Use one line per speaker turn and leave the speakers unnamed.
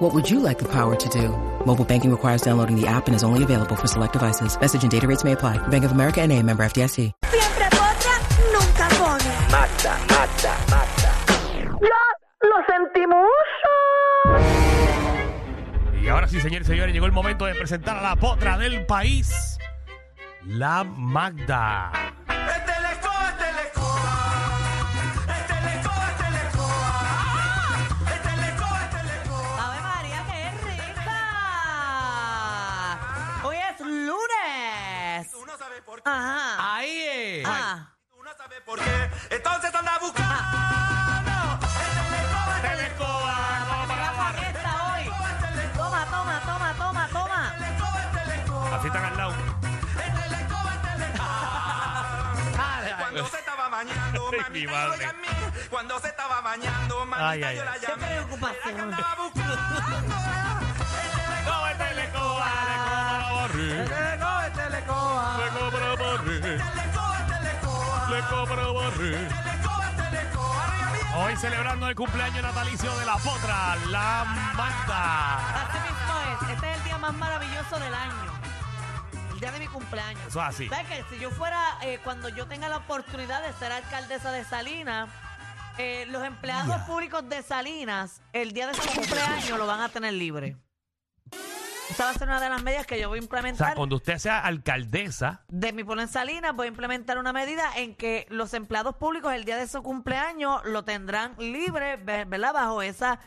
What would you like the power to do? Mobile banking requires downloading the app and is only available for select devices. Message and data rates may apply. Bank of America and a member FDIC.
Siempre potra, nunca pone.
Mata, mata, mata.
lo sentimos.
Y ahora sí, señores y señores, llegó el momento de presentar a la potra del país, la Magda.
Este es la escoba, este es la escoba. Este es la escoba, este es la escoba. Este es la escoba, este es la escoba.
¡Ave María, qué rica! Hoy es lunes.
Tú no sabes por qué.
Ajá.
Ahí es.
Ah.
Tú no sabes por qué. Entonces anda buscando. Esta es la escoba, esta es la
Para
escoba.
la fiesta hoy. Toma, toma, toma, toma, toma.
Esta es la escoba, esta es la escoba.
Así están al lado.
Esta es la escoba, esta es la escoba. Cuando se estaba bañando,
Ay, mi
mamita, yo
madre.
la llamé. Cuando se estaba bañando,
Ay,
mamita,
ay,
yo la
ay.
Qué
llamé.
preocupación.
Andaba buscando.
Escoba, esta es la escoba, la escoba para barrer,
Llegó este es la escoba.
la escoba para barrer,
Esta es la escoba, esta es la escoba.
la escoba para barrer. Hoy celebrando el cumpleaños natalicio de la potra, la Magda.
Así mismo es. Este es el día más maravilloso del año. El día de mi cumpleaños.
Eso es así.
¿Sabes qué? Si yo fuera, eh, cuando yo tenga la oportunidad de ser alcaldesa de Salinas, eh, los empleados públicos de Salinas, el día de su cumpleaños lo van a tener libre. Esa va a ser una de las medidas que yo voy a
O sea,
implementar.
cuando usted sea alcaldesa,
De mi pueblo en Salinas voy a implementar una medida en que los empleados públicos el día de su cumpleaños lo tendrán libre, ve- ¿verdad? Bajo esa